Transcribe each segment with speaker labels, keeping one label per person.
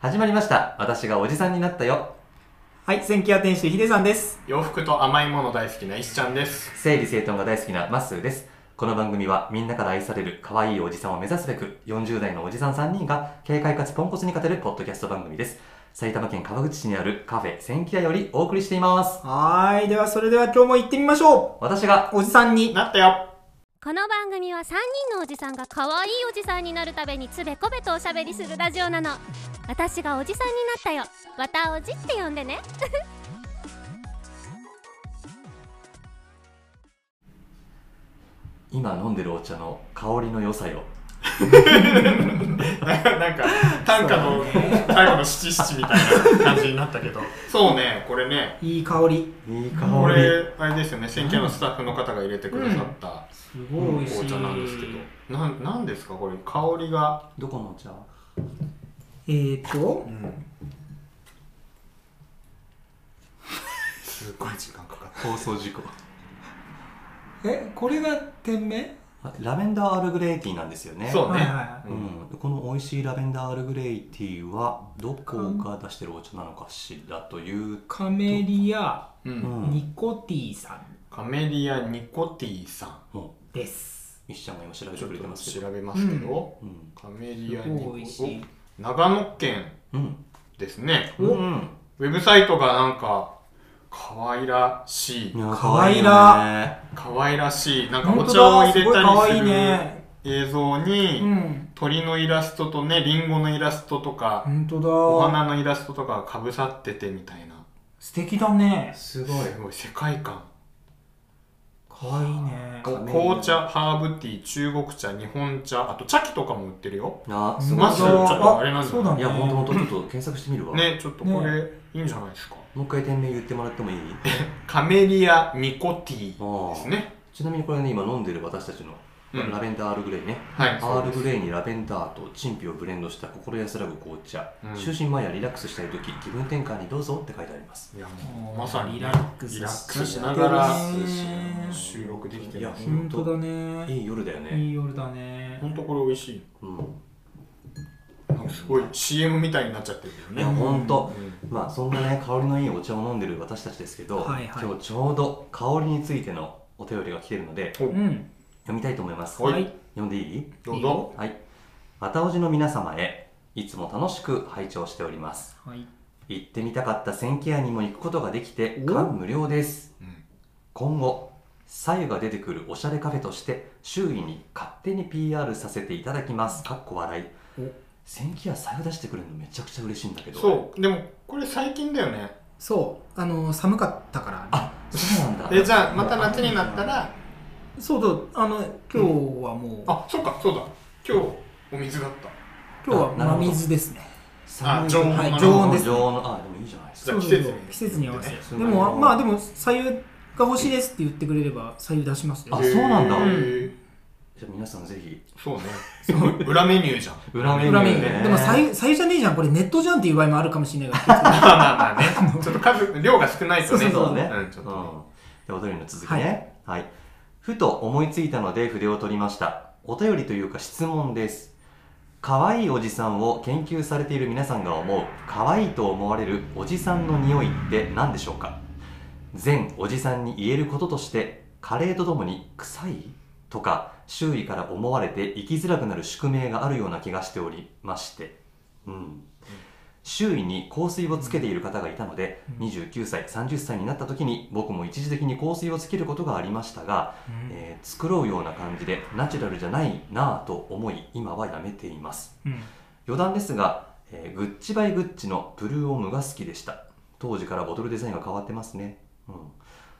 Speaker 1: 始まりました。私がおじさんになったよ。
Speaker 2: はい、千キ屋店主ヒデさんです。
Speaker 3: 洋服と甘いもの大好きな石ちゃんです。
Speaker 1: 整理整頓が大好きなマッスーです。この番組はみんなから愛される可愛いおじさんを目指すべく40代のおじさん3人が軽快かつポンコツに語るポッドキャスト番組です。埼玉県川口市にあるカフェ千木屋よりお送りしています。
Speaker 2: はーい、ではそれでは今日も行ってみましょ
Speaker 1: 私が
Speaker 2: う。おじさんに。
Speaker 3: なったよ
Speaker 4: この番組は3人のおじさんが可愛いおじさんになるためにつべこべとおしゃべりするラジオなの私がおじさんになったよわたおじって呼んでね
Speaker 1: 今飲んでるお茶の香りの良さよ。
Speaker 3: ななんか、短歌の最後の七七みたいな感じになったけど。そうね、これね、
Speaker 2: いい香り。
Speaker 1: いい
Speaker 3: こ
Speaker 1: 香り。
Speaker 3: れ、あれですよね、選挙のスタッフの方が入れてくださった
Speaker 2: すごい美味しい。
Speaker 3: 紅茶なんですけど。なん、なんですかこれ、香りが。
Speaker 1: どこのお茶
Speaker 2: えーと、
Speaker 3: すっごい時間かかっ
Speaker 1: 放送事故。
Speaker 2: え、これが店名
Speaker 1: ラベンダーアールグレイティーなんですよね。
Speaker 3: そう
Speaker 2: はい
Speaker 3: ね
Speaker 2: はいは。
Speaker 3: う
Speaker 1: うんん、この美味しいラベンダーアールグレイティーはどこが出してるお茶なのかしらという、
Speaker 2: カメリア・
Speaker 3: うん。
Speaker 1: うん
Speaker 2: ニコティさん
Speaker 3: カメリア・ニコティさん。
Speaker 1: も
Speaker 2: です。
Speaker 1: う石ちゃんが今調べ
Speaker 3: ち
Speaker 1: て
Speaker 3: ょっ
Speaker 1: くれてます
Speaker 3: と
Speaker 1: けど、
Speaker 3: 調べますけど。
Speaker 1: うん
Speaker 3: カメ
Speaker 2: す
Speaker 3: リア・ニ
Speaker 2: ごい
Speaker 3: コ
Speaker 2: 美味しい。
Speaker 3: お長野県
Speaker 1: うん
Speaker 3: ですね。
Speaker 2: お
Speaker 1: うん、
Speaker 3: ウェブサイトがなんか、可愛らしい
Speaker 1: い。や
Speaker 2: 可愛い
Speaker 1: 可
Speaker 2: な
Speaker 3: 可愛らしい、なんかお
Speaker 2: 本当
Speaker 3: 茶を
Speaker 2: だ、
Speaker 3: 入
Speaker 2: す
Speaker 3: れ
Speaker 2: ごい
Speaker 3: た
Speaker 2: 可愛
Speaker 3: り
Speaker 2: い
Speaker 3: する
Speaker 2: ね。
Speaker 3: 映像
Speaker 2: う
Speaker 3: に、
Speaker 2: ん。
Speaker 3: 鳥のイラストとね、リンゴのイラストとか、
Speaker 2: 本当だ。
Speaker 3: お花のイラストとかが被さっててみたいな。
Speaker 2: 素敵だね。
Speaker 3: すごい。すごい、世界観。
Speaker 2: 可愛いね。
Speaker 1: かわいいね
Speaker 3: 紅茶、ハーブティー、中国茶、日本茶、あと茶器とかも売ってるよ。
Speaker 1: 愛いなあすご
Speaker 2: 本
Speaker 1: い
Speaker 3: マ
Speaker 2: 当
Speaker 3: ジ
Speaker 1: す
Speaker 3: で
Speaker 1: ごい
Speaker 3: ちょっ
Speaker 2: だ
Speaker 3: とあれなんだ
Speaker 2: そうだね。
Speaker 1: いや本当本当ちょっと検索してみるわ、
Speaker 3: ね、ちょっとこれ、
Speaker 2: ね
Speaker 3: いいんじゃないですか。
Speaker 1: もう一回店名言ってもらってもいい
Speaker 3: カメリア・ニコティ
Speaker 1: ああ
Speaker 3: ですね。
Speaker 1: ちなみにこれね今飲んでる私たちの
Speaker 3: うん
Speaker 1: ラベンダーアールグレイね、
Speaker 3: はい。
Speaker 1: ア
Speaker 3: そう
Speaker 1: ー
Speaker 3: で
Speaker 1: ル
Speaker 3: す
Speaker 1: グレイにラベンダーと陳皮をブレンドした心安らぐ紅茶、
Speaker 3: うん
Speaker 1: 就寝前やリラックスしたい時気分転換にどうぞって書いてあります
Speaker 3: いや、もうまさにね、
Speaker 2: リラックス
Speaker 3: リラックスし
Speaker 2: し
Speaker 3: な
Speaker 2: なが
Speaker 3: が
Speaker 2: ら
Speaker 3: ら
Speaker 2: ね
Speaker 3: 収録できて
Speaker 1: い
Speaker 3: る
Speaker 1: や
Speaker 3: んですよ
Speaker 2: 本当だね。
Speaker 1: いい夜だよね
Speaker 2: いい夜だね
Speaker 3: ほ。んとこれ美味しい。
Speaker 1: うん、
Speaker 3: なんかすごい CM みたいになっちゃって
Speaker 1: い
Speaker 3: るけ
Speaker 1: や
Speaker 3: どね。
Speaker 1: ほんと、
Speaker 3: う
Speaker 1: まあそんなね香りのいいお茶を飲んでる私たちですけど、
Speaker 2: はいはい
Speaker 1: 今日ちょうど香りについてのお便りが来てるので
Speaker 3: お
Speaker 2: うん。
Speaker 1: 読みたいと思います、
Speaker 3: はい
Speaker 1: 読んでいい
Speaker 3: どうぞ。
Speaker 1: はいわたおじの皆様へいつも楽しく拝聴しております
Speaker 2: はい。
Speaker 1: 行ってみたかった千ケアにも行くことができて
Speaker 2: お
Speaker 1: 感無量です
Speaker 3: うん
Speaker 1: 今後左右が出てくるおしゃれカフェとして周囲に勝手に PR させていただきますかっこ笑い
Speaker 2: お
Speaker 1: 千ケア左右出してくれるのめちゃくちゃ嬉しいんだけど
Speaker 3: そう、でもこれ最近だよね。
Speaker 2: そう、あの寒かったから、ね、
Speaker 1: あそうなんだ
Speaker 3: え、じゃあまた夏になったら、
Speaker 2: そうだ、あの今日はもう、
Speaker 3: あ、そっか、そうだ。今日お水だった。
Speaker 2: 今日は
Speaker 1: なるほ
Speaker 2: 真
Speaker 1: ど
Speaker 2: 水ですね。
Speaker 1: 寒い
Speaker 3: あ常温
Speaker 2: はい常温です
Speaker 1: 常温のあでもいいじゃないです
Speaker 3: じ
Speaker 1: か
Speaker 3: ゃあ
Speaker 2: そうそうそう季
Speaker 3: 季
Speaker 2: 節
Speaker 3: 節
Speaker 2: に
Speaker 3: に
Speaker 2: 合
Speaker 3: 合
Speaker 2: わ
Speaker 3: わ
Speaker 2: せ
Speaker 3: せ
Speaker 2: て
Speaker 3: て。
Speaker 2: でもあまあでも左右が欲しいですって言ってくれれば左右出しますよ
Speaker 1: あ。そうなんだ
Speaker 3: へー
Speaker 1: じゃあ皆さんぜひ
Speaker 3: そうね。裏メニューじゃん。
Speaker 1: 裏メニュ
Speaker 2: 裏
Speaker 1: ー
Speaker 2: メ
Speaker 1: ね
Speaker 2: ニューでも左右左右じゃねえじゃんこれネットじゃんっていう場合もあるかもしれな いから
Speaker 3: まあまあまあね。ちょっと数、量が少ないとね。
Speaker 1: そうそうね。
Speaker 3: んちょっとね。
Speaker 1: うん。で、お便りの続きね。はい。ふと思いついたので筆を取りました。お便りというか質問です。可愛いおじさんを研究されている皆さんが思う可愛いと思われるおじさんの匂いって何でしょうか全おじさんに言えることとしてカレーとともに臭いとか周囲から思われて生きづらくなる宿命があるような気がしておりましてうん周囲に香水をつけている方がいたので、
Speaker 2: うん
Speaker 1: 29歳30歳になった時に僕も一時的に香水をつけることがありましたが、えー作ろうような感じでナチュラルじゃないなぁと思い今はやめています
Speaker 2: うん
Speaker 1: 余談ですが、えーグッチバイグッチのブルーオムが好きでした当時からボトルデザインが変わってますね、うん、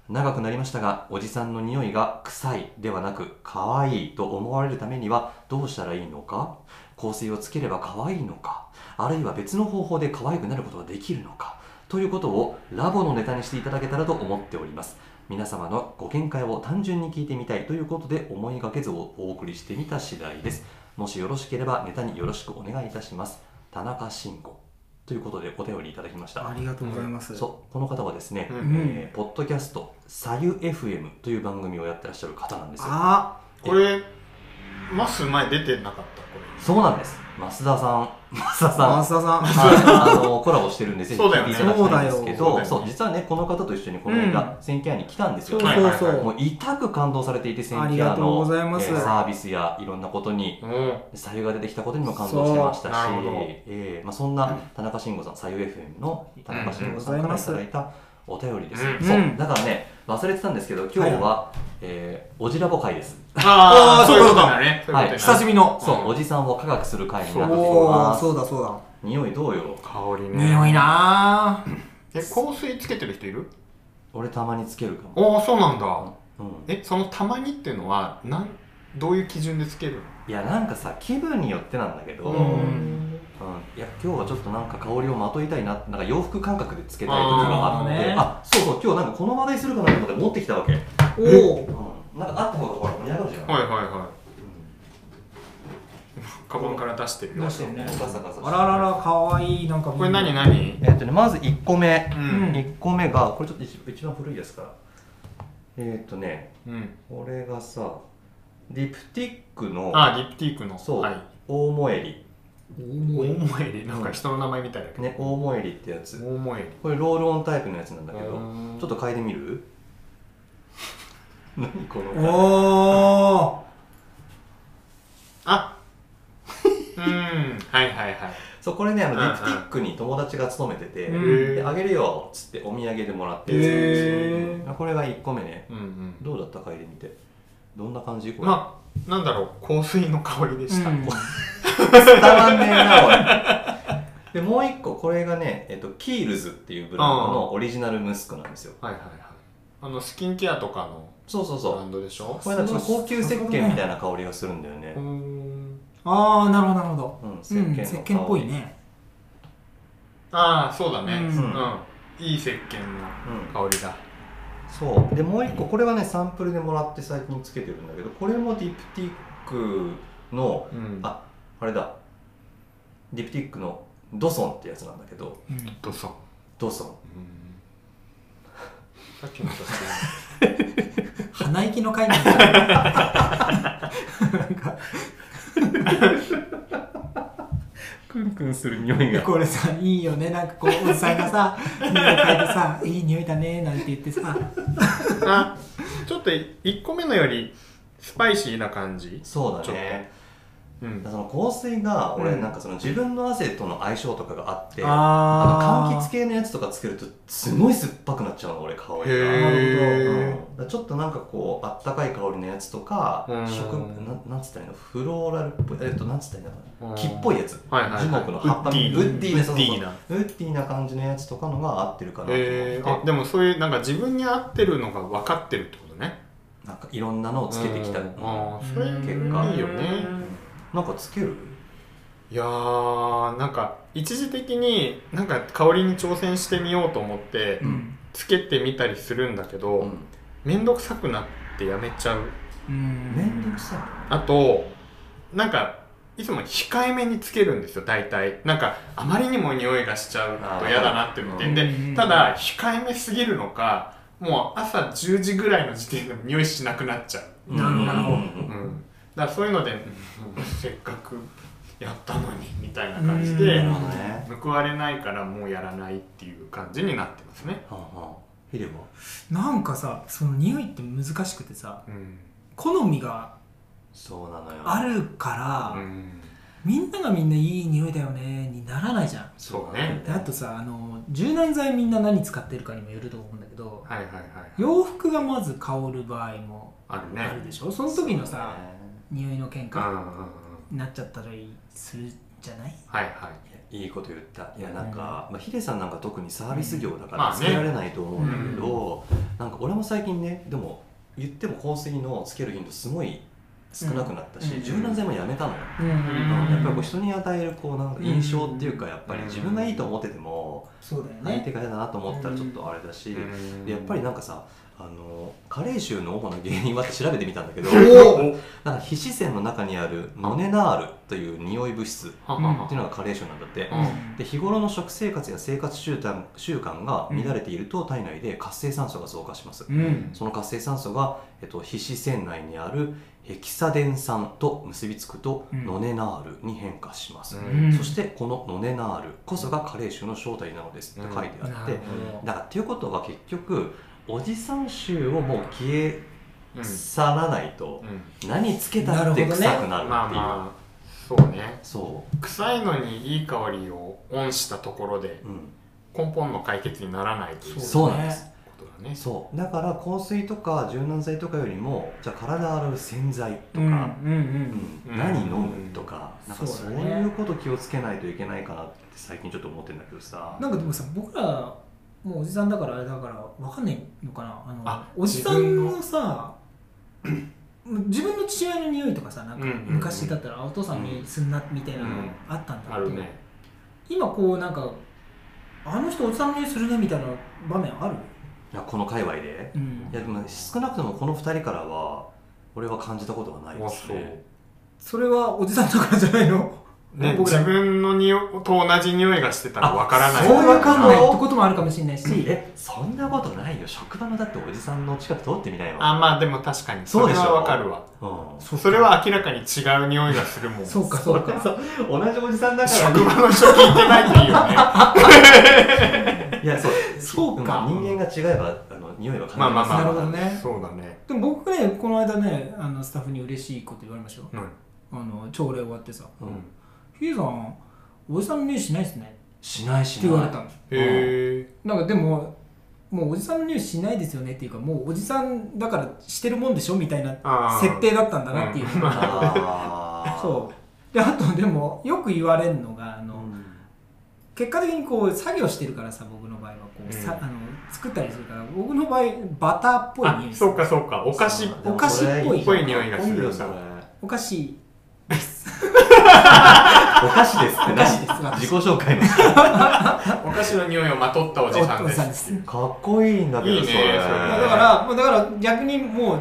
Speaker 1: 長くなりましたがおじさんの匂いが臭いではなく可愛いと思われるためにはどうしたらいいのか香水をつければ可愛いのかあるいは別の方法で可愛くなることができるのかということをラボのネタにしていただけたらと思っております皆様のご見解を単純に聞いてみたいということで思いがけずおお送りしてみた次第ですもしよろしければネタによろしくお願いいたします田中慎吾ということでお便りいただきました
Speaker 2: ありがとうございます。
Speaker 1: そうこの方はですね、
Speaker 3: うん
Speaker 2: うん
Speaker 1: えーポッドキャスト「さゆ FM」という番組をやってらっしゃる方なんですよ
Speaker 2: あ
Speaker 3: これ、マッスン前出てなかったこれ
Speaker 1: そうなんです増田さん 増田さん
Speaker 2: 増田さん
Speaker 1: はいあのコラボしてるんでぜひ
Speaker 3: そうだ
Speaker 1: 聞い
Speaker 3: よ
Speaker 1: て
Speaker 3: ね
Speaker 1: いただきたいんですけ
Speaker 3: そう
Speaker 1: ど
Speaker 3: だよ
Speaker 1: そう実はねこの方と一緒にこの間、
Speaker 2: うん
Speaker 1: センキャーに来たんです
Speaker 2: そ
Speaker 1: よ
Speaker 2: う
Speaker 3: はい
Speaker 2: そう
Speaker 3: はい
Speaker 2: そ
Speaker 3: はいう
Speaker 1: もう至る感動されていてセン
Speaker 2: あ
Speaker 1: キ
Speaker 2: り
Speaker 1: ャ
Speaker 2: が
Speaker 1: ー
Speaker 2: とう
Speaker 1: の
Speaker 2: ございます
Speaker 1: えーサービスやいろんなことに
Speaker 3: うん
Speaker 1: さゆが出てきたことにも感動してましたし
Speaker 3: そうなるほど、
Speaker 1: えーまあ、そんな田中慎吾さんさゆ FM の田中慎吾さんからいただいたお便りです、
Speaker 3: うん
Speaker 1: そう
Speaker 2: うん
Speaker 1: だからね忘れてたんですけど今日は、えーおじラボ会です、
Speaker 3: あ
Speaker 2: あ
Speaker 3: あ
Speaker 2: ー
Speaker 3: そ
Speaker 2: そうう
Speaker 3: い
Speaker 2: いうう
Speaker 3: こ
Speaker 2: ことと
Speaker 3: だ
Speaker 2: だ
Speaker 3: ね
Speaker 2: はい久しぶりの
Speaker 1: そう、
Speaker 3: うん
Speaker 1: おじさんを科学する会になっており
Speaker 2: お
Speaker 1: ま
Speaker 2: ー
Speaker 1: す
Speaker 2: そうだそうだ
Speaker 1: 匂いどうよ
Speaker 3: 香り
Speaker 2: 匂いなー
Speaker 3: え香水つけてる人いる
Speaker 1: 俺たまにつけるかも、
Speaker 3: ああそうなんだ
Speaker 1: うん、
Speaker 3: えそのたまにっていうのはなんどういう基準でつけるの
Speaker 1: いやなんかさ気分によってなんだけど、
Speaker 2: う
Speaker 1: うんんいや今日はちょっとなんか香りをまといたいななんか洋服感覚でつけたい時があってあ,、
Speaker 2: あーね
Speaker 1: そうそう今日なんかこの話題するかなと思って持ってきたわけ、う
Speaker 2: おお
Speaker 1: ん、なんかあった方がほら盛り上がるじゃん、
Speaker 3: はいはいはいカバンから出してるよ
Speaker 2: 出してるね
Speaker 1: ガサガサ
Speaker 2: あらららかわいいなんか
Speaker 3: これ何何
Speaker 1: えっとねまず1個目、
Speaker 3: う
Speaker 1: 一
Speaker 2: ん
Speaker 1: 1個目がこれちょっと一一番古いですからえっ、とね
Speaker 3: うん
Speaker 1: これがさディプティックの
Speaker 3: あリプティークの
Speaker 1: そう、
Speaker 3: はい
Speaker 1: 大萌えり
Speaker 3: 大萌えりなんか人の名前みたいだけど
Speaker 1: ね大萌えりってや
Speaker 3: 大
Speaker 1: つ
Speaker 3: 萌えり
Speaker 1: これロールオンタイプのやつなんだけ
Speaker 3: う
Speaker 1: ど
Speaker 3: ーん
Speaker 1: ちょっと嗅いでみ る何この
Speaker 2: お
Speaker 1: 香
Speaker 2: お
Speaker 3: あ うんはいはいはい
Speaker 1: そうこれねあの
Speaker 3: うん
Speaker 1: デ
Speaker 3: うん
Speaker 1: ィプティックに友達が勤めてて
Speaker 2: うん
Speaker 1: であげるよっつってお土産でもらってるやつなんです
Speaker 2: へ
Speaker 1: よこれが1個目ね
Speaker 3: うんうん
Speaker 1: どうだった嗅いでみてどんな感じこれ、
Speaker 3: まあなんだろう香水の香りでした、
Speaker 2: うん
Speaker 1: 伝わんねえなおいでもう一個これがね、えっと、キールズっていうブランドのオリジナルムスクなんですよ
Speaker 3: はいはいはいあのスキンケアとかの
Speaker 1: そうそう
Speaker 3: ブラ
Speaker 1: そ
Speaker 3: ンドでしょ
Speaker 1: うこれなんかちょっと高級石鹸みたいな香りがするんだよね
Speaker 3: うーん
Speaker 2: ああなるほどなるほど
Speaker 1: うん石
Speaker 2: うん
Speaker 1: 鹸の香り
Speaker 2: 石鹸っぽいね
Speaker 3: ああそうだねう、
Speaker 2: うんん
Speaker 3: いい石鹸
Speaker 1: うん
Speaker 3: の香りだ
Speaker 1: そうでもう一個これはねサンプルでもらって最近つけてるんだけどこれもディプティックの
Speaker 3: うん
Speaker 1: ああれだディプティックのドソンってやつなんだけど
Speaker 2: うん
Speaker 3: とさ
Speaker 1: ドソン
Speaker 3: うんさっきの人は
Speaker 2: 鼻息の回みたいななんか
Speaker 1: クンクンする匂い
Speaker 2: これさいいよねなんかこうおじさんがさ匂い嗅いでさ いい匂いだねなんて言ってさ
Speaker 3: 違うあちょっと1個目のよりスパイシーな感じ
Speaker 1: そうだ
Speaker 3: ちょっ
Speaker 1: ね
Speaker 3: うん
Speaker 1: その香水が俺
Speaker 2: うん
Speaker 1: なんかその自分の汗との相性とかがあって、あの
Speaker 2: あ
Speaker 1: 柑橘系のやつとかつけるとすごい酸っぱくなっちゃうの俺香り
Speaker 2: ー
Speaker 1: が。うん
Speaker 3: へ
Speaker 1: だからちょっとなんかこうあったかい香りのやつとか
Speaker 3: うん
Speaker 1: 植ななんつったらいいのフローラルっぽいえっとなんつったらいいのか
Speaker 3: うん
Speaker 1: な木っぽいやつ、
Speaker 3: はいはいはい
Speaker 1: 樹木の葉っぱ
Speaker 3: ウッディー
Speaker 1: ウッディーなそうそうそう
Speaker 3: ウッディーな
Speaker 1: ウッディーな感じのやつとかのが合ってるかなと思って、
Speaker 3: えあでもそういうなんか自分に合ってるのが分かってるってことね
Speaker 1: なんかいろんなのをつけてきた、
Speaker 3: うん
Speaker 1: な
Speaker 3: あーそれ
Speaker 1: 結果
Speaker 3: いいよね
Speaker 1: んかつける
Speaker 3: いやーなんか一時的になんか香りに挑戦してみようと思って
Speaker 2: うん
Speaker 3: つけてみたりするんだけ
Speaker 1: う
Speaker 3: ど
Speaker 1: ん
Speaker 3: めんどくさくなってやめちゃう
Speaker 2: うん
Speaker 1: めんどくさ
Speaker 3: あとなんかいつも控えめにつけるんですよ大体なんかあまりにも匂いがしちゃう
Speaker 1: あ
Speaker 3: と
Speaker 1: ー
Speaker 3: 嫌だなって思ってで
Speaker 2: うん
Speaker 3: ただ控えめすぎるのかもう朝10時ぐらいの時点でも匂いしなくなっちゃう
Speaker 1: い
Speaker 2: なるほど
Speaker 1: うんうんうんうん
Speaker 3: うん、だからそういうので、うんせっかくやったのにみたいな感じ
Speaker 2: う
Speaker 3: で
Speaker 2: ん
Speaker 1: なるほどね
Speaker 3: 報われないからもうやらないっていう感じになってますね、
Speaker 1: はあはあヒデは
Speaker 2: なんかさその匂いって難しくてさ
Speaker 3: うん
Speaker 2: 好みが
Speaker 1: そうなのよ
Speaker 2: あるか
Speaker 3: う
Speaker 2: ら、
Speaker 3: ん、
Speaker 2: みんながみんないい匂いだよねにならないじゃん
Speaker 3: そうね
Speaker 2: であとさあの柔軟剤みんな何使ってるかにもよると思うんだけど
Speaker 3: はいはいはい
Speaker 2: 洋服がまず香る場合も
Speaker 3: あるね
Speaker 2: あるでしょその時のさ、匂いの喧
Speaker 3: うんうん
Speaker 2: 嘩
Speaker 3: うんうん
Speaker 2: になっちゃったりするじゃない
Speaker 3: はいはい
Speaker 1: いいこと言ったいやなんか、まあ、ヒデさんなんか特にサービス業だか
Speaker 3: まあ
Speaker 1: ら
Speaker 3: ね
Speaker 1: つけられないと思うんだけど、なんか俺も最近ねでも言っても香水のつける頻度すごい少なくなったし、
Speaker 2: うん
Speaker 1: 柔軟剤もやめたのよ、
Speaker 2: うん
Speaker 3: ん
Speaker 1: やっぱりこう人に与えるこうなんか印象っていうかやっぱり
Speaker 3: うん
Speaker 1: 自分がいいと思ってても
Speaker 2: そうだよ
Speaker 1: 相
Speaker 2: ね
Speaker 1: 手が嫌だなと思ったらちょっとあれだし、
Speaker 3: うん
Speaker 1: でやっぱりなんかさあの加齢臭の主な原因はって調べてみたんだけど
Speaker 3: おお
Speaker 1: なんか皮脂腺の中にあるノネナールという匂い物質って
Speaker 3: ははは
Speaker 1: いうのが加齢臭なんだって
Speaker 3: うん
Speaker 1: で日頃の食生活や生活習慣習慣が乱れていると体内で活性酸素が増加します、
Speaker 2: うん
Speaker 1: その活性酸素が、えっと、皮脂腺内にあるヘキサデン酸と結びつくと
Speaker 2: うん
Speaker 1: ノネナールに変化します、
Speaker 2: うん
Speaker 1: そしてこのノネナールこそが加齢臭の正体なのですって書いてあって、
Speaker 3: うんなるほ
Speaker 1: だからっていうことは結局おじさん臭をもう消え
Speaker 3: うん
Speaker 1: 去らないと
Speaker 3: うん
Speaker 1: 何つけたって
Speaker 2: なるほどね
Speaker 1: 臭くなるっていう、
Speaker 3: まあまあそうね
Speaker 1: そ
Speaker 3: 臭いのにいい香りをオンしたところで
Speaker 1: う、うん、
Speaker 3: 根本の解決にならないというこ
Speaker 1: そうなんです
Speaker 3: とだね
Speaker 1: そうだから香水とか柔軟剤とかよりもじゃあ体洗う洗剤とか、
Speaker 2: うんう
Speaker 1: うんん
Speaker 3: うん
Speaker 1: 何飲むとか、
Speaker 2: うん
Speaker 1: なんか
Speaker 2: そ
Speaker 1: そうう
Speaker 2: だね
Speaker 1: いうこと気をつけないといけないかなって最近ちょっと思ってるんだけどさ
Speaker 2: うんなんかでもさ僕らもうおじさんだからあれだからわかんないのかなあの
Speaker 3: あ
Speaker 2: おじさんのさ 自分の父親の匂いとかさなんか
Speaker 3: うんうんうん
Speaker 2: 昔だったらあお父さんにすんなみたいなのあったんだ
Speaker 3: あ
Speaker 2: けど、
Speaker 3: るね
Speaker 2: 今こうなんかあの人おじさんの匂いするねみたいな場面ある、
Speaker 1: いやこの界隈で
Speaker 2: うん
Speaker 1: いやでも少なくともこの2人からは俺は感じたことがないで
Speaker 3: あ
Speaker 1: す
Speaker 3: そう
Speaker 1: ね
Speaker 2: それはおじさんだからじゃないの
Speaker 3: ね
Speaker 2: 僕ら
Speaker 3: 自分のにおと同じ匂いがしてたらわからない
Speaker 1: あそう
Speaker 2: わかんないっ
Speaker 1: そう
Speaker 2: てこともあるかもしれないし、
Speaker 1: えそんなことないよ職場のだっておじさんの近く通ってみないよ
Speaker 3: あまあでも確かに
Speaker 1: そうでしょ
Speaker 3: れはわかるわ
Speaker 1: うん
Speaker 3: それは明らかに違う匂いがするもん
Speaker 2: そうかそうか
Speaker 1: そう同じおじさんだから
Speaker 3: 職場の人聞いてないっていうよね
Speaker 1: いやそう
Speaker 2: そうか
Speaker 1: ん人間が違えばあの匂いは感じ
Speaker 3: まあまあまあ
Speaker 2: なるほどね
Speaker 3: そうだね
Speaker 2: でも僕ねこの間ねあのスタッフに嬉しいこと言われましたよ
Speaker 3: うん
Speaker 2: あの朝礼終わってさ
Speaker 1: うん
Speaker 2: 「ヒデさんおじさんの匂いしないですね」
Speaker 1: しないしな
Speaker 2: って
Speaker 1: い
Speaker 2: 言われたの
Speaker 3: へえ
Speaker 2: なんかでももうおじさんの匂いしないですよねっていうかもうおじさんだからしてるもんでしょみたいな
Speaker 3: あー
Speaker 2: 設定だったんだなっていう、
Speaker 1: あー
Speaker 2: そうであとでもよく言われるのがあの、
Speaker 1: うん
Speaker 2: 結果的にこう作業してるからさ僕の場合はこう、さ
Speaker 3: う
Speaker 2: あの作ったりするから僕の場合バターっぽい
Speaker 3: あ
Speaker 2: 匂い
Speaker 3: そうかそうかお菓
Speaker 1: で
Speaker 3: 子
Speaker 1: も
Speaker 2: お菓子っぽい
Speaker 1: それ
Speaker 3: っぽい匂いがする
Speaker 1: よそれ
Speaker 2: おかしい
Speaker 1: お菓子ですって
Speaker 2: お菓子です
Speaker 1: 何自己紹介の
Speaker 3: お菓子の匂いをまとったおじさん
Speaker 2: お
Speaker 3: で
Speaker 2: じさんですすい
Speaker 1: かっこいいんだけど
Speaker 3: いいね
Speaker 1: そ
Speaker 3: それ
Speaker 1: れ
Speaker 3: だ
Speaker 2: やだからまあだから逆にもう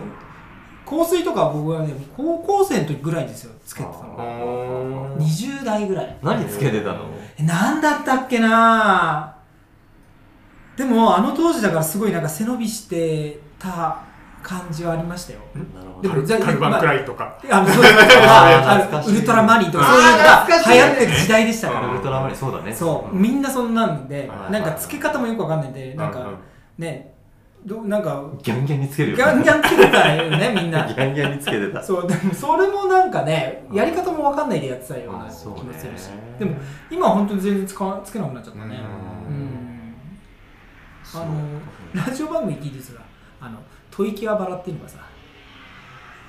Speaker 2: 香水とかは僕はね高校生の時ぐらいですよつけてた
Speaker 3: う
Speaker 2: の
Speaker 3: ーん
Speaker 2: 20代ぐらい
Speaker 1: 何つけてたの
Speaker 2: え何だったっけなでもあの当時だからすごいなんか背伸びしてた感じはありましたよ
Speaker 1: なるほ
Speaker 2: で
Speaker 1: ど
Speaker 2: も
Speaker 3: カルカルバンクライと か
Speaker 2: あのそういうのと
Speaker 1: あー
Speaker 2: か
Speaker 1: 懐か
Speaker 2: あ
Speaker 1: しい
Speaker 2: のウルトラマリーとかそういうの
Speaker 1: あー懐か
Speaker 2: が
Speaker 1: しい
Speaker 2: 流行ってる時代でしたか
Speaker 3: うん
Speaker 1: ウル
Speaker 2: ら
Speaker 1: トラマリンそうだね
Speaker 2: そう
Speaker 1: うん
Speaker 2: みんなそんなんで
Speaker 3: はいはい
Speaker 2: なんか付け方もよくわかんないんでなん
Speaker 3: う
Speaker 2: かねどなんか
Speaker 1: ギャンギャンにつけるよ
Speaker 2: ガンガンつけてたよねみんな
Speaker 1: ギャンギャンにつけてた
Speaker 2: そうでもそれもなんかねやり方もわかんないでやってたような
Speaker 3: あ
Speaker 2: 気
Speaker 1: そうね
Speaker 2: もするしでも今は本当に全然つかつけなくなっちゃったね
Speaker 1: う
Speaker 2: うんん
Speaker 1: そう
Speaker 2: あのラジオ番組聞いてたらあの「吐息はバラ」っていうのがさ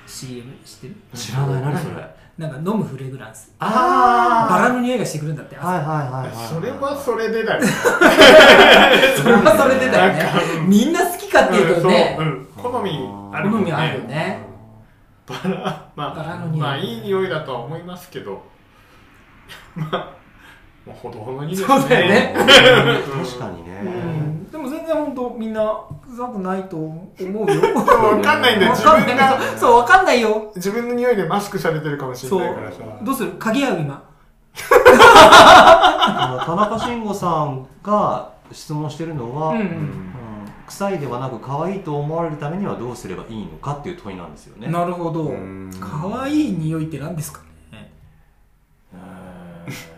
Speaker 2: CM 知ってる
Speaker 1: 知らない何それ
Speaker 2: なんか飲むフレグランス
Speaker 1: あ
Speaker 2: バラの匂いがしてくるんだって、
Speaker 1: はいはいはいはい
Speaker 3: それはそれでだよね
Speaker 2: それはそれでだよ
Speaker 3: なんか
Speaker 2: ねみんな好きかっていうとね、
Speaker 3: うんそううん好みある
Speaker 2: 好
Speaker 3: もん
Speaker 2: みあるよ
Speaker 3: ね
Speaker 2: ね、
Speaker 3: バラまあ
Speaker 2: バラの匂い
Speaker 3: まあいい匂いだとは思いますけど まあもうほどほどにです
Speaker 2: そうだよね
Speaker 1: うん確かにね
Speaker 2: うんでも全然本当みんな臭くないと思うよ
Speaker 3: でもわかんないんだよ
Speaker 2: わ
Speaker 3: 自
Speaker 2: かん
Speaker 3: 分
Speaker 2: な
Speaker 3: が
Speaker 2: いそうわかんないよ
Speaker 3: 自分の匂いでマスクされてるかもしれ
Speaker 2: そ
Speaker 3: ないから
Speaker 2: う
Speaker 3: さ
Speaker 2: どうする鍵合う今
Speaker 1: あの田中慎吾さんが質問してるのは、
Speaker 2: うんう
Speaker 3: うんん
Speaker 1: うん臭いではなく可愛いと思われるためにはどうすればいいのかっていう問いなんですよね。
Speaker 2: なるほど
Speaker 3: うん
Speaker 2: 可愛い匂いって何ですかね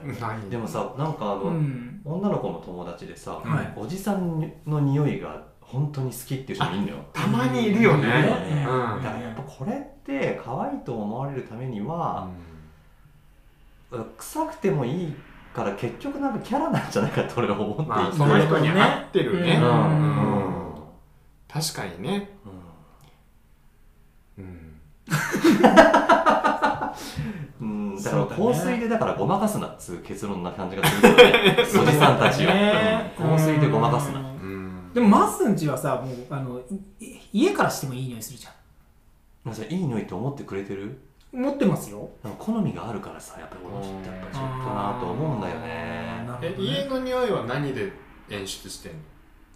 Speaker 1: うん
Speaker 3: 何
Speaker 1: でもさなんかあの、
Speaker 2: うん
Speaker 1: 女の子の友達でさ、
Speaker 2: はい
Speaker 1: おじさんの匂いが本当に好きっていう人もいるのよ。
Speaker 3: たまにいるよね
Speaker 1: いるよね
Speaker 3: うん
Speaker 1: だからやっぱこれって可愛いと思われるためには、臭くてもいいから結局なんかキャラなんじゃないかと俺は思っていて、
Speaker 3: まあその人に合ってるね
Speaker 2: う
Speaker 1: うん
Speaker 3: うん確かにねうん
Speaker 1: うん、うんだから
Speaker 2: そうだね
Speaker 1: 香水でだからごまかすなっつう結論な感じがするよねおじさんたちを、
Speaker 2: ね
Speaker 1: うん香水でごまかすな
Speaker 3: うん
Speaker 2: でもマッスンちはさもうあのいい家からしてもいい匂いするじゃ
Speaker 1: なんかさいい匂いって思ってくれてる
Speaker 2: ん持ってますよ
Speaker 1: なんか好みがあるからさやっぱりこの人ってやっぱちょっとなと思うんだよね
Speaker 2: あーなる
Speaker 3: え
Speaker 2: ほどね
Speaker 3: 家の匂いは何で演出してんの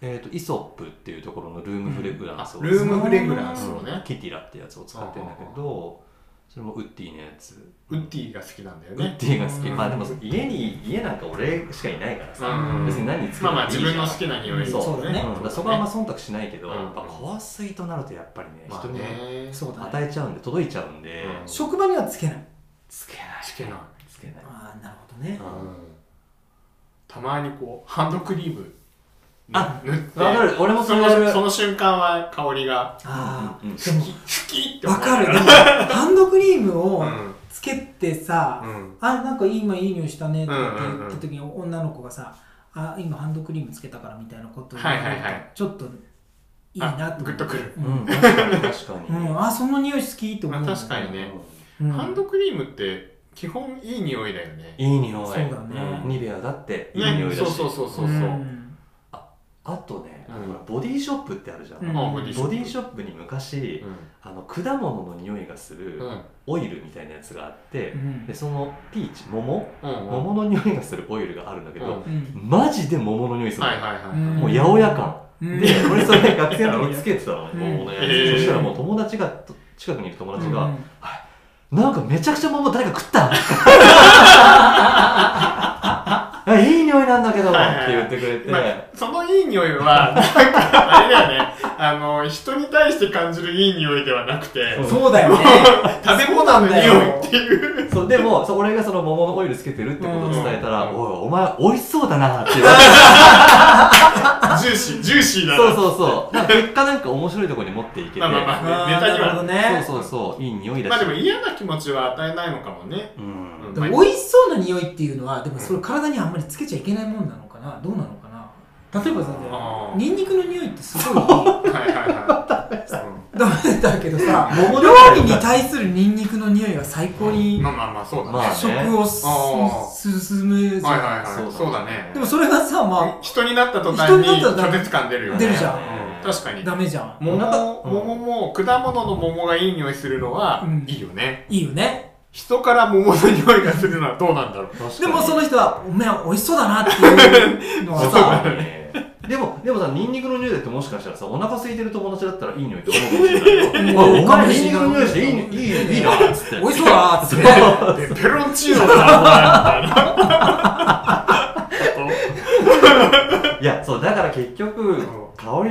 Speaker 1: えー、とイソップっていうところのルームフレグランスを、
Speaker 3: あルームフレグランスを
Speaker 1: うん
Speaker 3: ね、
Speaker 1: キティラってやつを使ってるんだけどそれもウッディのやつ
Speaker 3: ウッディが好きなんだよ
Speaker 1: ウッ
Speaker 3: ね
Speaker 1: ディが好き、
Speaker 3: うん
Speaker 1: まあでも家に家なんか俺しかいないからさ、
Speaker 3: うん
Speaker 1: 別に何つけて
Speaker 3: ま
Speaker 1: も
Speaker 3: あまあ
Speaker 1: いいじ
Speaker 3: 自
Speaker 1: ゃん
Speaker 3: 分の好きな匂い
Speaker 1: そう
Speaker 2: そうだね
Speaker 1: うんだからそこはあんま忖度しないけど、
Speaker 3: うん
Speaker 1: やっぱ香水となるとやっぱりね、
Speaker 3: まあ
Speaker 1: 人に
Speaker 3: ね
Speaker 2: そうだね
Speaker 1: 与えちゃうんで届いちゃうんで、
Speaker 3: うん
Speaker 2: 職場にはつけない
Speaker 1: つけない
Speaker 3: つけない
Speaker 1: つけない
Speaker 2: ああなるほどね
Speaker 3: たまにこうハンドクリーム
Speaker 1: あ
Speaker 3: 塗って
Speaker 1: わかる俺もそ
Speaker 3: そ
Speaker 1: れやる
Speaker 3: のその瞬間は香りが
Speaker 2: あ
Speaker 1: うんうん
Speaker 2: あでも
Speaker 3: 好きって思
Speaker 2: わ
Speaker 3: う
Speaker 2: かるでもハンドクリームを
Speaker 3: うん
Speaker 2: つけてさ、
Speaker 3: うん
Speaker 2: あなんか今いい匂いしたねって言って
Speaker 3: うんうんう
Speaker 2: 言
Speaker 3: ん
Speaker 2: った時に女の子がさあ今ハンドクリームつけたからみたいなことを言
Speaker 3: は
Speaker 2: わ
Speaker 3: いはい
Speaker 2: れると
Speaker 3: はい
Speaker 2: ちょっといいなと思う
Speaker 3: あグッとくる
Speaker 2: うん
Speaker 1: うん、確かに確かに、
Speaker 2: うんあその匂い好きと思う
Speaker 3: まあ確かにね
Speaker 2: うん
Speaker 3: ハンドクリームって基本いい匂いだよね
Speaker 1: いい匂い
Speaker 2: そうだね
Speaker 1: んニベアだっていい
Speaker 3: ね
Speaker 1: 匂いだし、
Speaker 3: そうそうそうそうそう
Speaker 2: うん
Speaker 1: あとね、
Speaker 3: うん
Speaker 1: ほらボディショップってあるじゃん、
Speaker 2: うん
Speaker 1: ボ
Speaker 3: あボデ
Speaker 1: デ
Speaker 3: ィショップ
Speaker 1: ィショップに昔、あの果物の匂いがす
Speaker 3: う
Speaker 1: る
Speaker 3: んうん
Speaker 1: オイルみたいなやつがあって、
Speaker 2: うん
Speaker 1: でそのピーチ桃
Speaker 3: うんうん
Speaker 1: 桃の匂いがするオイルがあるんだけど、
Speaker 3: う
Speaker 2: うん
Speaker 1: マジで桃の匂いするの、
Speaker 3: はいはいはい
Speaker 2: ん
Speaker 1: もう八百屋感、
Speaker 2: うん
Speaker 1: で俺それ学生の時につけてたの、
Speaker 2: うん
Speaker 1: 桃のやつ、
Speaker 3: へー
Speaker 1: そしたらもう友達がと近くにいる友達が、
Speaker 2: うん
Speaker 1: なんかめちゃくちゃ桃誰か食った あいい匂いなんだけどって
Speaker 3: はいはい
Speaker 1: 言ってくれて、
Speaker 3: まあ、そのいい匂いは、なんか、あれだよね、あの、人に対して感じるいい匂いではなくて、
Speaker 1: そう
Speaker 2: そうだよね
Speaker 3: 食べ物の匂いっていう。
Speaker 1: そうでもそう俺がその桃のオイルつけてるってことを伝えたら「
Speaker 3: うん
Speaker 1: おいお前美味しそうだな」って言われて
Speaker 3: ジューシー、ジューシーだな。
Speaker 1: そうそうそうなんか結果なんか面白いところに持っていけて
Speaker 3: まあまあま
Speaker 2: あー
Speaker 3: ネタには
Speaker 2: なるほどね
Speaker 1: そうそうそういい匂いだし、
Speaker 3: まあでも嫌な気持ちは与えないのかもね。
Speaker 1: うん
Speaker 2: でも美味しそうな匂いっていうのはでもそれ体にあんまりつけちゃいけないもんなのかなどうなのかな例えばさ
Speaker 3: あー
Speaker 2: ニンニクの匂いってすごい
Speaker 3: はいはいは
Speaker 2: ダメだけどさ
Speaker 1: 桃
Speaker 2: 料理に対するニンニクの匂いは最高
Speaker 3: い。うん
Speaker 2: に
Speaker 3: まあまあまあ、そうだね。
Speaker 1: まあ
Speaker 2: 食をす
Speaker 3: あ
Speaker 2: 進むじ
Speaker 3: は
Speaker 2: ゃ
Speaker 3: いはいはい。そうだね
Speaker 2: ん。でもそれがさま
Speaker 3: 人になった途端
Speaker 2: 人
Speaker 3: に
Speaker 2: になったら
Speaker 3: 拒絶感出るよね。
Speaker 2: 出るじゃん
Speaker 3: う確か
Speaker 2: あ
Speaker 3: に。
Speaker 2: ダメじゃん
Speaker 3: 桃
Speaker 1: うん
Speaker 3: 桃も、果物の桃がいい匂いするのは
Speaker 2: うん
Speaker 3: いいよね。
Speaker 2: いいよね
Speaker 3: 人から桃の匂いがするのはどうなんだ ろう。
Speaker 1: 確かに
Speaker 2: でもその人はお前美味しそうだなっていうの は
Speaker 1: そうだ
Speaker 2: さ
Speaker 1: ねでも、でもさ、ニンニクの匂いだってもしかしたらさ、お腹空いてる友達だったらいい匂いって思うかもしれ ないよ。おいお前ニンニクの匂いしていい、いい、いいな、っつって。
Speaker 2: 美味しそうだなってね
Speaker 3: でペロンチーノだ な、お前みたい
Speaker 1: いや、そう、だから結局
Speaker 3: ん、
Speaker 1: 香り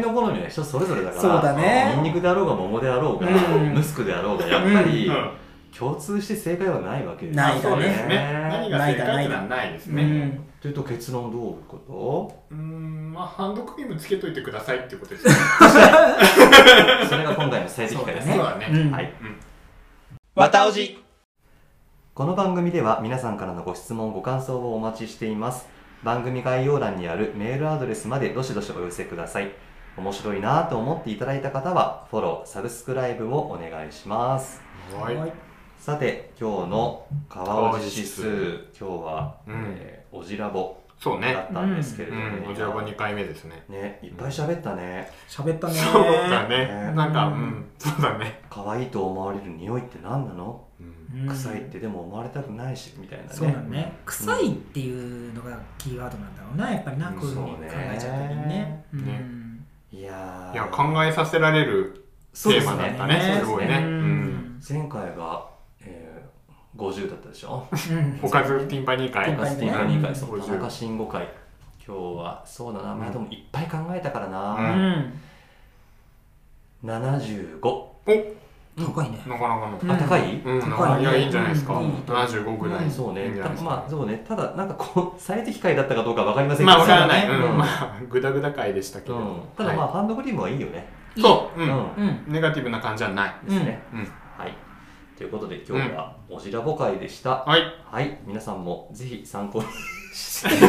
Speaker 1: の好みは人それぞれだから、
Speaker 2: そうだね
Speaker 1: ニンニクであろうが、桃であろうが、
Speaker 2: うん
Speaker 1: ムスクであろうが、やっぱり、
Speaker 3: な。うん
Speaker 1: 共通して正解はないわけです
Speaker 2: ない
Speaker 3: そ
Speaker 2: よ
Speaker 3: うですね。何
Speaker 1: 何
Speaker 3: が正解ってのはないです
Speaker 2: う
Speaker 3: ね。
Speaker 2: ん
Speaker 1: というと結論どういうこ
Speaker 3: うーん、まあハンドクリームつけといてくださいってことですね。
Speaker 1: とそれが今回の最適解です。
Speaker 3: そうだね。
Speaker 2: うん
Speaker 1: はい。
Speaker 3: うん
Speaker 1: わたおじこの番組では皆さんからのご質問ご感想をお待ちしています番組概要欄にあるメールアドレスまでどしどしお寄せください面白いなぁと思っていただいた方はフォローサブスクライブをお願いします
Speaker 3: はい。
Speaker 2: はい
Speaker 1: さて今日の川おじ指数
Speaker 3: 川尾
Speaker 1: 今日は、
Speaker 3: うん
Speaker 1: えーおじラボ
Speaker 3: そう
Speaker 1: だ
Speaker 3: ね。
Speaker 1: ったんですけれ
Speaker 3: う
Speaker 1: ども、
Speaker 3: ん、おじゃば2回目ですね。
Speaker 1: ねいっぱい喋ったね
Speaker 2: 喋ったね
Speaker 3: そうだ
Speaker 1: ね
Speaker 3: ね。なんか、
Speaker 2: う
Speaker 3: うんん、そうだね。
Speaker 1: 可愛いと思われる匂いって何なの、
Speaker 3: うん
Speaker 2: うん
Speaker 1: 臭いってでも思われたくないしみたいなね
Speaker 2: そうだね臭いっていうのがキーワードなんだろうなやっぱりな
Speaker 3: うん
Speaker 2: こういうふうに考えちゃった時にね
Speaker 3: そうねね
Speaker 2: うん
Speaker 1: いやー
Speaker 3: いや、考えさせられる。
Speaker 1: そうです
Speaker 3: テーマだ
Speaker 1: ね
Speaker 3: ったねすごいね
Speaker 2: うん
Speaker 3: うん
Speaker 1: 前回が、えー、50だったでしょ
Speaker 2: うん
Speaker 3: おかずティンパニー会
Speaker 2: 今。
Speaker 1: ガ
Speaker 2: 回
Speaker 1: ス
Speaker 2: ね
Speaker 1: ティンが2回そう
Speaker 3: 50
Speaker 1: 田中慎吾会今日はそうだな、まあでもいっぱい考えたから
Speaker 2: う
Speaker 1: な、
Speaker 2: ん
Speaker 1: 75、
Speaker 3: お
Speaker 2: 高いね
Speaker 3: なかなかの。
Speaker 2: うん
Speaker 1: あ高い、
Speaker 3: うん、なか
Speaker 2: 高い
Speaker 3: い
Speaker 2: ね
Speaker 3: や、いいんじゃないですか。
Speaker 2: うんいいと
Speaker 3: 75ぐら
Speaker 2: う
Speaker 3: い。
Speaker 2: ん
Speaker 1: そう
Speaker 3: いいん
Speaker 1: ね
Speaker 3: じゃ
Speaker 1: た
Speaker 3: ないですか
Speaker 1: まあそうねただなんかこう最適解だったかどうかわかりませんけ
Speaker 3: ま
Speaker 1: ど
Speaker 3: あ、わからない。
Speaker 2: そううだね
Speaker 3: ん、まあ、ぐだぐだ会でしたけれ
Speaker 1: う
Speaker 3: ど
Speaker 1: ん
Speaker 3: も。
Speaker 1: ただまあ、
Speaker 3: は
Speaker 1: ハンドクリームはいいよね
Speaker 3: いそう、
Speaker 1: う、
Speaker 3: うんん。
Speaker 2: うん
Speaker 3: ネガティブな感じはない。
Speaker 1: ですね、
Speaker 3: うん。
Speaker 1: はいということで今日はおじらぼ会でした、
Speaker 3: はい。
Speaker 1: はい皆さんもぜひ参考に
Speaker 3: で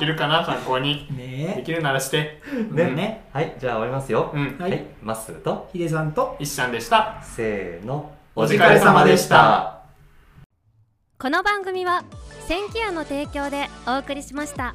Speaker 3: きるかな、参考に。で
Speaker 2: ね
Speaker 3: きるならして。
Speaker 1: ね
Speaker 3: うん
Speaker 2: ね
Speaker 1: はいじゃあ終わりますよ、
Speaker 3: うん。
Speaker 2: は
Speaker 1: はいいまっすーと
Speaker 2: ヒデさんと
Speaker 3: 一さんでした。
Speaker 1: せーの
Speaker 3: お疲れ様でした
Speaker 4: この番組は「センキュア」の提供でお送りしました。